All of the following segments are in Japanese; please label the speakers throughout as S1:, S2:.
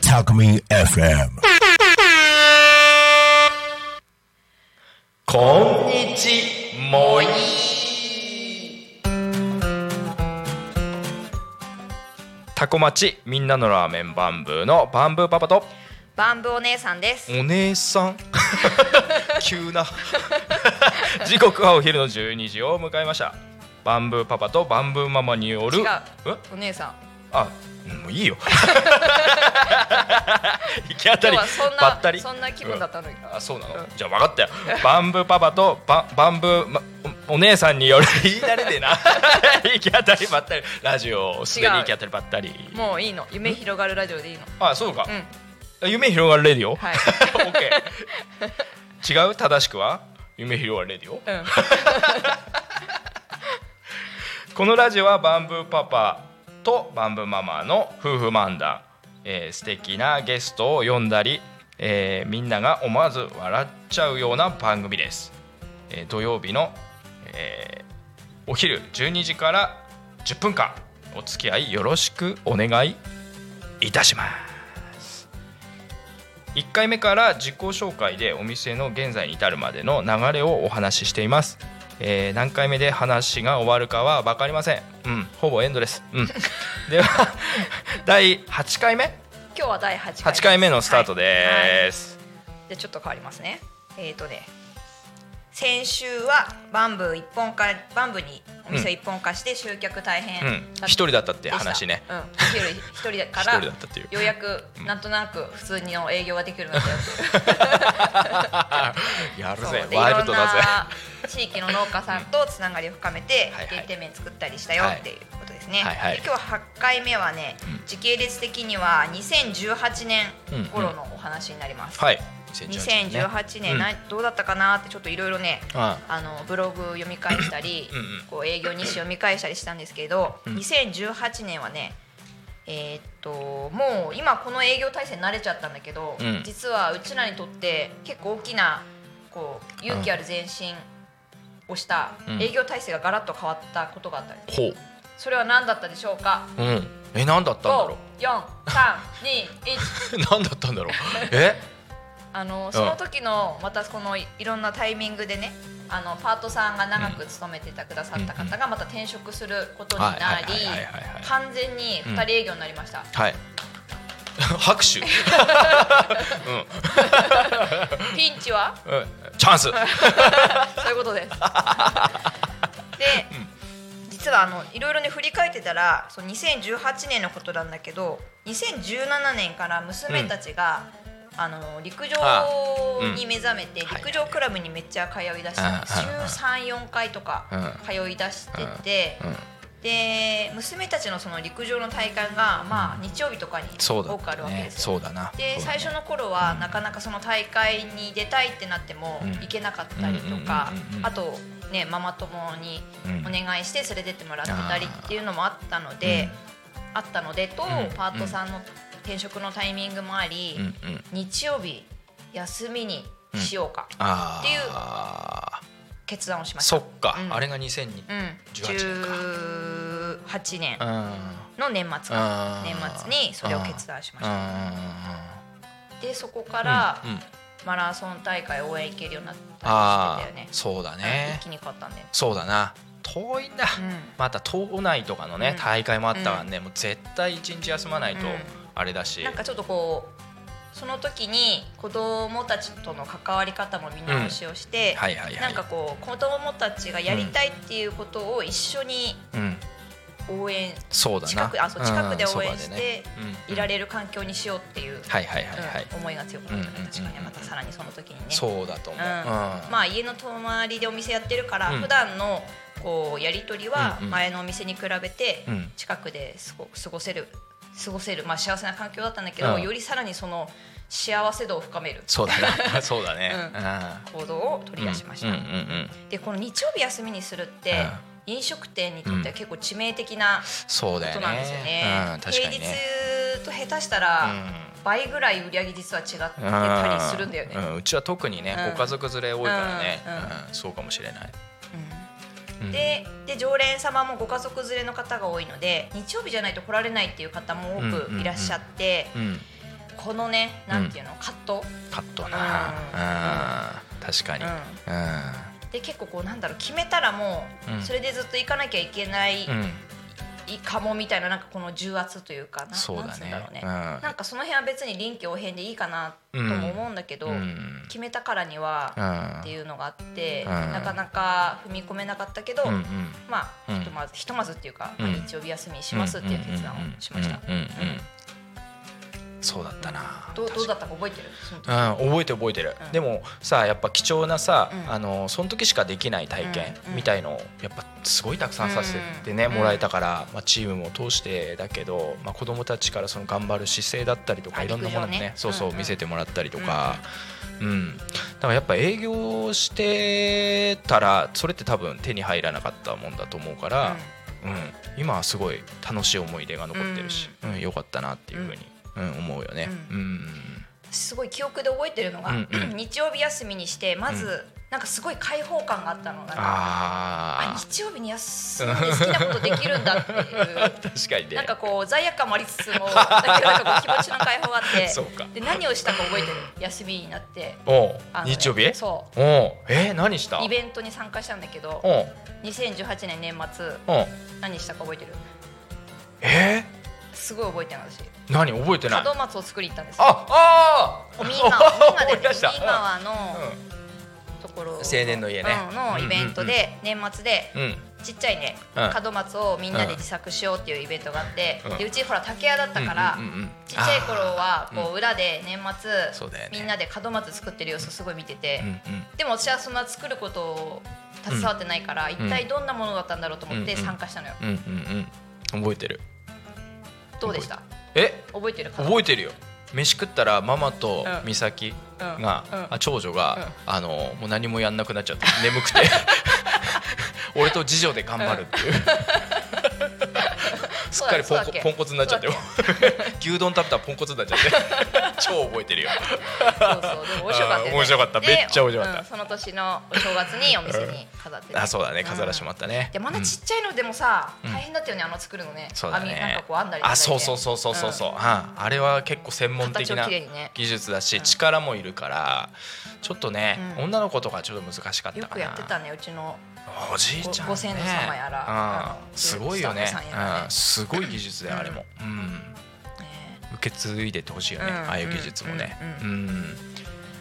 S1: 匠 FM
S2: こんにちもいタコ町みんなのラーメンバンブーのバンブーパパと
S3: バンブお姉さんです。
S2: お姉さん 急な 時刻はお昼の12時を迎えましたバンブーパパとバンブーママによる
S3: 違う
S2: え
S3: お姉さん。
S2: あもういい よ行き当た
S3: 今日
S2: り
S3: はそん
S2: ばった
S3: な
S2: り
S3: そんな気分だったのに。
S2: あそうなの、じゃあ分かったよバンブーパパとババンブー、ま、おお姉さんに よる言い慣れてえな 行き当たりばったりラジオすでに行き当たりばったり
S3: もういいの。夢広がるラジオでいいの。
S2: あそうか
S3: う、ん。
S2: 夢広がるレ ディオ、
S3: はい
S2: OK 違う正しくは夢広がるレディオ
S3: うん。
S2: このラジオはバンブーパパとバンブーママの夫婦漫談、えー、素敵なゲストを呼んだり、えーみんなが思わず笑っちゃうような番組です、えー土曜日の、えーお昼12時から10分間お付き合いよろしくお願いいたします1回目から自己紹介でお店の現在に至るまでの流れをお話ししていますえー何回目で話が終わるかは分かりません、うん、ほぼエンドです、うん、では 第8回目
S3: 今日は第八回。
S2: 8回目のスタート
S3: はい
S2: で。す、
S3: じゃあちょっと変わりますね。えっ、とね。先週はバンブー一本化バンブーにお店を一本化して集客大変だっ
S2: うん
S3: た
S2: 一人だったって話ね。
S3: でしたうん。一人一人から
S2: 一人だったっていう
S3: ようやくなんとなく普通の営業ができるようになったよっていう。
S2: やる
S3: そう
S2: ぜ
S3: でい
S2: ワイ
S3: ろ
S2: ル
S3: ん
S2: ドだぜ
S3: な地域の農家さんとつながりを深めて
S2: はいはい
S3: 限定麺作ったりしたよっていうことですね、
S2: はいはい
S3: で今日は8回目はね時系列的には2018年頃のお話になります、
S2: はい
S3: 2018
S2: う
S3: 年
S2: ん
S3: などうだったかなってちょっといろいろね
S2: あ
S3: あのブログ読み返したり
S2: うんうん
S3: こう営業日誌読み返したりしたんですけど
S2: ん
S3: 2018年はねえーっともう今この営業体制に慣れちゃったんだけど、
S2: うん
S3: 実はうちらにとって結構大きなこう勇気ある前進をした
S2: うん
S3: 営業体制がガラッと変わったことがあったんです、
S2: ほう
S3: それは何だったでしょうか
S2: うんえ何だったんだろ
S3: 54321
S2: う 何だったんだろうえ
S3: あのその時のまたこのいいろんなタイミングでねあのパートさんが長く勤めてたくださった方がまた転職することに
S2: はいは
S3: ないり
S2: はいはいはい
S3: 完全に2人営業になりました、
S2: はい 拍手、
S3: ピンチは
S2: うん、チャンス
S3: そういうこ とですで、実はあのいろいろね振り返ってたらそう2018年のことなんだけど2017年から娘たちが、あの陸上
S2: あ
S3: に目覚めて、
S2: はい
S3: 陸上クラブにめっちゃ通いだしたんです、
S2: あはいはい
S3: 週34回とか通いだしてて、
S2: うんうん
S3: で娘たちのその陸上の大会が、まあ、日曜日とかに
S2: そうだ
S3: 多くあるわけ
S2: ね
S3: ですよ
S2: そうだな
S3: で最初の頃はなかなかその大会に出たいってなっても
S2: うん
S3: 行けなかったりとか
S2: うんうんうんうんうん
S3: あとねママ友に
S2: うん
S3: お願いして連れてってもらってたりっていうのもあったのであったのでと
S2: ん
S3: パートさんの転職のタイミングもあり
S2: うんうん
S3: 日曜日休みにしようか
S2: あ
S3: っていう
S2: あ
S3: 決断をしまし
S2: そ
S3: た。
S2: っか、
S3: うん
S2: あれが2002
S3: うん、18年
S2: うん
S3: の年末
S2: う
S3: か
S2: ん
S3: 年末にそれを決断しま
S2: う
S3: したでそこから
S2: んうん
S3: マラソン大会応援行けるようになった
S2: あ
S3: りしてた
S2: あ
S3: よね
S2: そうだ
S3: うん
S2: ね
S3: 一気に買ったんだよね
S2: そうだな遠いんだ、
S3: う
S2: また島内とかのね、
S3: うん
S2: 大会もあったからね、もう絶対一日休まないと
S3: うん
S2: あれだし、
S3: んなんかちょっとこうその時に子供たちとの関わり方も見直しをして、
S2: はいはいはい
S3: なんかこう子供たちがやりたいっていうことを一緒に
S2: うん、
S3: 応援
S2: そうだな
S3: 近くあそう近くで応援し
S2: うんそうだね
S3: て
S2: うん
S3: いられる環境にしようっていう、
S2: はいはいはいはい、
S3: うん思いが強くなったね
S2: うん
S3: 確か
S2: うん
S3: ねまたさらにその時にね
S2: そうだと思う、
S3: うんまあ家の隣りでお店やってるから、
S2: うん
S3: 普段のこうやり取りは
S2: うんうん
S3: 前のお店に比べて
S2: うん
S3: 近くですご過ごせる過ごせるまあ幸せな環境だったんだけど、
S2: うん
S3: よりさらにその幸せ度を深める
S2: そうだな そうだね、
S3: うん行動を取り出しました。
S2: うんうんうん、
S3: でこの日曜日休みにするって、飲食店にとっては結構致命的な
S2: そう
S3: こ
S2: だよ
S3: と
S2: ね
S3: なんですよね。
S2: うん、確かにね
S3: 平日と下手したら、倍ぐらい売り上げ実は違ってたりするんだよね。
S2: ううんうちは特にね、
S3: うん
S2: ご家族連れ多いからね、
S3: うん
S2: うんそうかもしれない、
S3: うん
S2: うん
S3: でで常連様もご家族連れの方が多いので日曜日じゃないと来られないっていう方も多くいらっしゃって、
S2: うん、
S3: このねなんていうの、葛藤
S2: カットな、うん、確かに、
S3: う
S2: うんん
S3: で結構こうなんだろう決めたらも
S2: うん
S3: うそれでずっと行かなきゃいけない、
S2: うん
S3: いかもみたいななんかこの重圧というかな
S2: そうだ
S3: なんつん
S2: ね
S3: だろうね、
S2: うん
S3: なんかその辺は別に臨機応変でいいかなとも思うんだけど、
S2: うん
S3: 決めたからには
S2: うん
S3: っていうのがあって、
S2: うん
S3: なかなか踏み込めなかったけど、
S2: うんうん
S3: まあ
S2: うん
S3: ひとまずひとまずっていうか、
S2: うん
S3: まあ、日曜日休みにしますっていう決断をしました。
S2: うんうんうんうんそうだったな
S3: どうどうだったか覚えてるその時
S2: うん、覚えてる覚えてる、
S3: うん
S2: でもさやっぱ貴重なさ、
S3: うん
S2: あのその時しかできない体験
S3: うんうん
S2: みたいのをやっぱすごいたくさんさせてね、
S3: うん
S2: もらえたから、まあ、チームも通してだけど、まあ、子供たちからその頑張る姿勢だったりとか
S3: あ
S2: いろんなものもね
S3: 陸上ね
S2: そうそう
S3: うんうん
S2: 見せてもらったりとか。うん、だからやっぱ営業してたらそれって多分手に入らなかったもんだと思うから、うん、今はすごい楽しい思い出が残ってるし、うんよかったなっていうふうに、うん思うよね。う
S3: うん私すごい記憶で覚えてるのが、
S2: うんうん
S3: 日曜日休みにしてまず、
S2: う
S3: なんかすごい開放感があったのなんかあ
S2: あ
S3: 日曜日に休んで好きなことできるんだっ ていう
S2: あ確かにね
S3: なんかこう罪悪感もありつつもだけどなんかこう気持ちの解放があっ て
S2: そうか
S3: で何をしたか覚えてる休みになって
S2: おう
S3: あのね
S2: 日曜日
S3: そ
S2: おうえー何した
S3: うイベントに参加したんだけど
S2: おう
S3: 2018年年末
S2: おう
S3: 何したか覚えてる
S2: え
S3: すごい覚えてない私
S2: ー、何覚えてないあ
S3: 門松を作りに行ったん ですよ
S2: ああ
S3: おみーがおみーが
S2: ー
S3: で
S2: 思い
S3: す
S2: 出した
S3: みー川の
S2: う
S3: ところの
S2: 青年の家ね
S3: うんのイベントで年末で
S2: んうん
S3: ちっちゃいね
S2: うん
S3: 門松をみんなで自作しようっていうイベントがあって
S2: うん
S3: でうちほら竹屋だったから
S2: うんうんうんうん
S3: ちっちゃい頃は
S2: あー
S3: こう裏で年
S2: そうだよね
S3: 末みんなで門松作ってる様子すごい見てて
S2: うんうん
S3: でも私はそんな作ることを携わってないから一体どんなものだったんだろうと思って
S2: うん
S3: 参加したのよ
S2: うんうんうん覚えてる
S3: どうでした
S2: え
S3: 覚えてるか
S2: 覚えてるよ飯食ったらママと
S3: うん
S2: 美咲
S3: うん
S2: が、
S3: うん
S2: あ長女が、あのもう何もやんなくなっちゃって眠 くて俺と次女で頑張るっていう、すっかりポン
S3: そうだっ
S2: コ
S3: け
S2: ポンコツになっちゃって
S3: そう
S2: 牛丼食べたらポンコツにな っちゃって超覚えてるよ
S3: そうそうでも面白かったよ
S2: あー
S3: ね
S2: 面白かった
S3: で
S2: めっちゃ面白かった
S3: うんその年のお正月にお店に飾ってて
S2: あそうだね飾らしてもらったね、
S3: でまだち
S2: うん
S3: っちゃいのでもさ、
S2: うん
S3: 大変だったよねあの作るのね
S2: そうだね
S3: 網なんかこう編んだりとかね
S2: あそうそうそうそうそうそう、はああれは結構専門的
S3: 形を
S2: な
S3: きれいにね
S2: 技術だし、力もいるからちょっとね、
S3: うん
S2: 女の子とかちょっと難しかったかな
S3: よくやってたねうちの
S2: おじいちゃん、ね、
S3: ごご先祖様やらあの
S2: うん、すごいよね
S3: スタッフさんやらね
S2: うん、すごい技術だよ、
S3: うん
S2: あれも、うん、
S3: ね
S2: 受け継いでってほしいよね、
S3: うん
S2: ああいう技術もね、う
S3: うん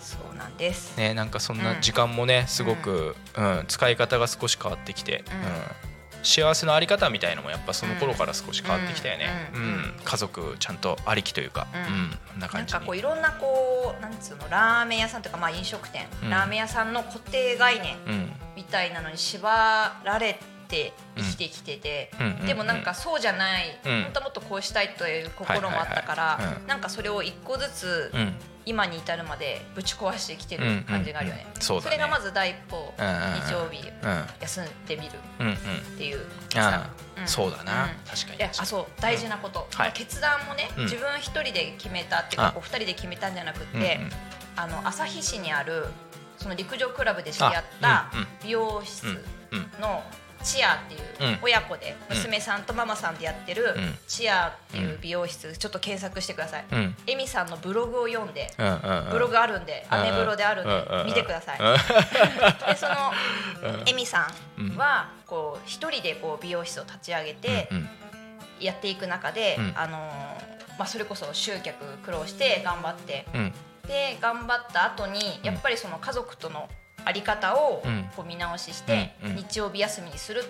S3: そうなんです、
S2: ねなんかそん
S3: う
S2: なん時間もねすごく、うん使い方が少し変わってきて、
S3: うん
S2: うん幸せのあり方みたいのもやっぱその頃から少し変わってきたよね、う
S3: うんん
S2: 家族ちゃんとありきというか、う
S3: うんん
S2: こんな
S3: な
S2: 感
S3: ん
S2: じ
S3: か
S2: に
S3: こういろんなこうなんつうのラーメン屋さんとかまあ飲食店、
S2: うん
S3: ラーメン屋さんの固定概念
S2: うん、
S3: みたいなのに縛られて生きてきてて、
S2: うん
S3: でもなんかそうじゃない、
S2: うん
S3: 本当はもっとこうしたいという心もあったから、
S2: はいはいはいうん
S3: なんかそれを一個ずつ
S2: うん
S3: 今に至るまでぶち壊してきてる感じがあるよね。
S2: うんうんそうだね
S3: れがまず第一歩、
S2: うんうんうん
S3: 日曜日
S2: う
S3: 休んでみる
S2: んうんうん
S3: っていう
S2: あ
S3: う
S2: あ
S3: ん
S2: そうだな、
S3: うん
S2: 確かに
S3: いやあそう大事なこと、
S2: はい
S3: 決断もね、
S2: うん
S3: 自分一人で決めたっていう
S2: あ
S3: かこう二人で決めたんじゃなくて、
S2: うんうん
S3: あの旭市にあるその陸上クラブで知り合った
S2: あうんうん
S3: 美容室
S2: うんうん
S3: のチアっていう
S2: うん
S3: 親子で
S2: うん
S3: 娘さんとママさんでやってる
S2: うん
S3: チアっていう美容室ちょっと検索してください。
S2: うん
S3: エミさんのブログを読んで
S2: うんうんうん
S3: ブログあるんで、
S2: うん
S3: アメブロであるんで、
S2: うん
S3: 見てください。
S2: うん
S3: で、その、エミさ
S2: うん
S3: んは、こう、一人で、こう、美容室を立ち上げて
S2: う、ん
S3: やっていく中で、
S2: うん
S3: あのーまあ、それこそ集客苦労して頑張って、
S2: うん
S3: で、頑張った後に、やっぱり、その家族との。あり方を
S2: うん
S3: こう見直しして
S2: うんうん
S3: 日曜日休みにするっ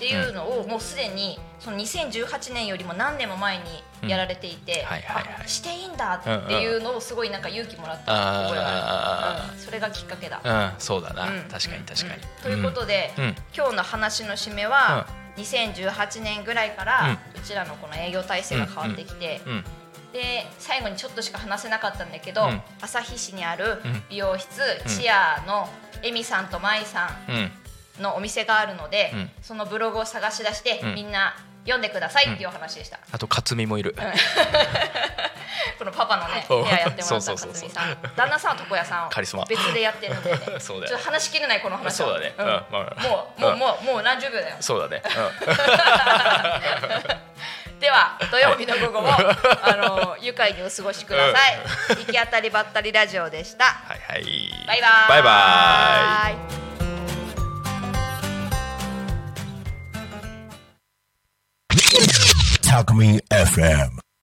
S3: ていうのをもうすでにその2018年よりも何年も前にやられていて、
S2: うんはいはいはい
S3: あしていいんだっていうのをすごいなんか勇気もらった覚えがあ
S2: あ
S3: る。うんそれがきっかけだ。
S2: あ、うん、そうだな、
S3: うん
S2: 確かに確かに。
S3: ということで、
S2: うん
S3: 今日の話の締めは、2018年ぐらいから、うちらのこの営業体制が変わってきて、
S2: うん、うん、
S3: で最後にちょっとしか話せなかったんだけど、
S2: うん
S3: 旭市にある
S2: ん
S3: 美容室、
S2: ん
S3: チアのエミさんとマイさ
S2: うん、
S3: んのお店があるので、
S2: うん
S3: そのブログを探し出して、
S2: うん
S3: みんな読んでくださいっていうお話でした。
S2: あと克美もいる。
S3: このパパのね、
S2: お
S3: 部屋やっても
S2: そう
S3: らった
S2: そう
S3: かつ
S2: そう
S3: み
S2: そう
S3: さん、旦那さんは床屋さん を
S2: カリスマ、
S3: 別でやってるので、ね
S2: そうだよ
S3: ちょっと話しきれないこの話は
S2: そうだねうんまあ
S3: もうもう、
S2: うん
S3: もうもう何十秒だよ。
S2: そうだね。
S3: っでは土曜日の午後も、 あの愉快にお過ごしください、行き当たりばったりラジオでした
S2: はいはい
S3: バイバーイ
S2: バイバイ
S1: タクミ FM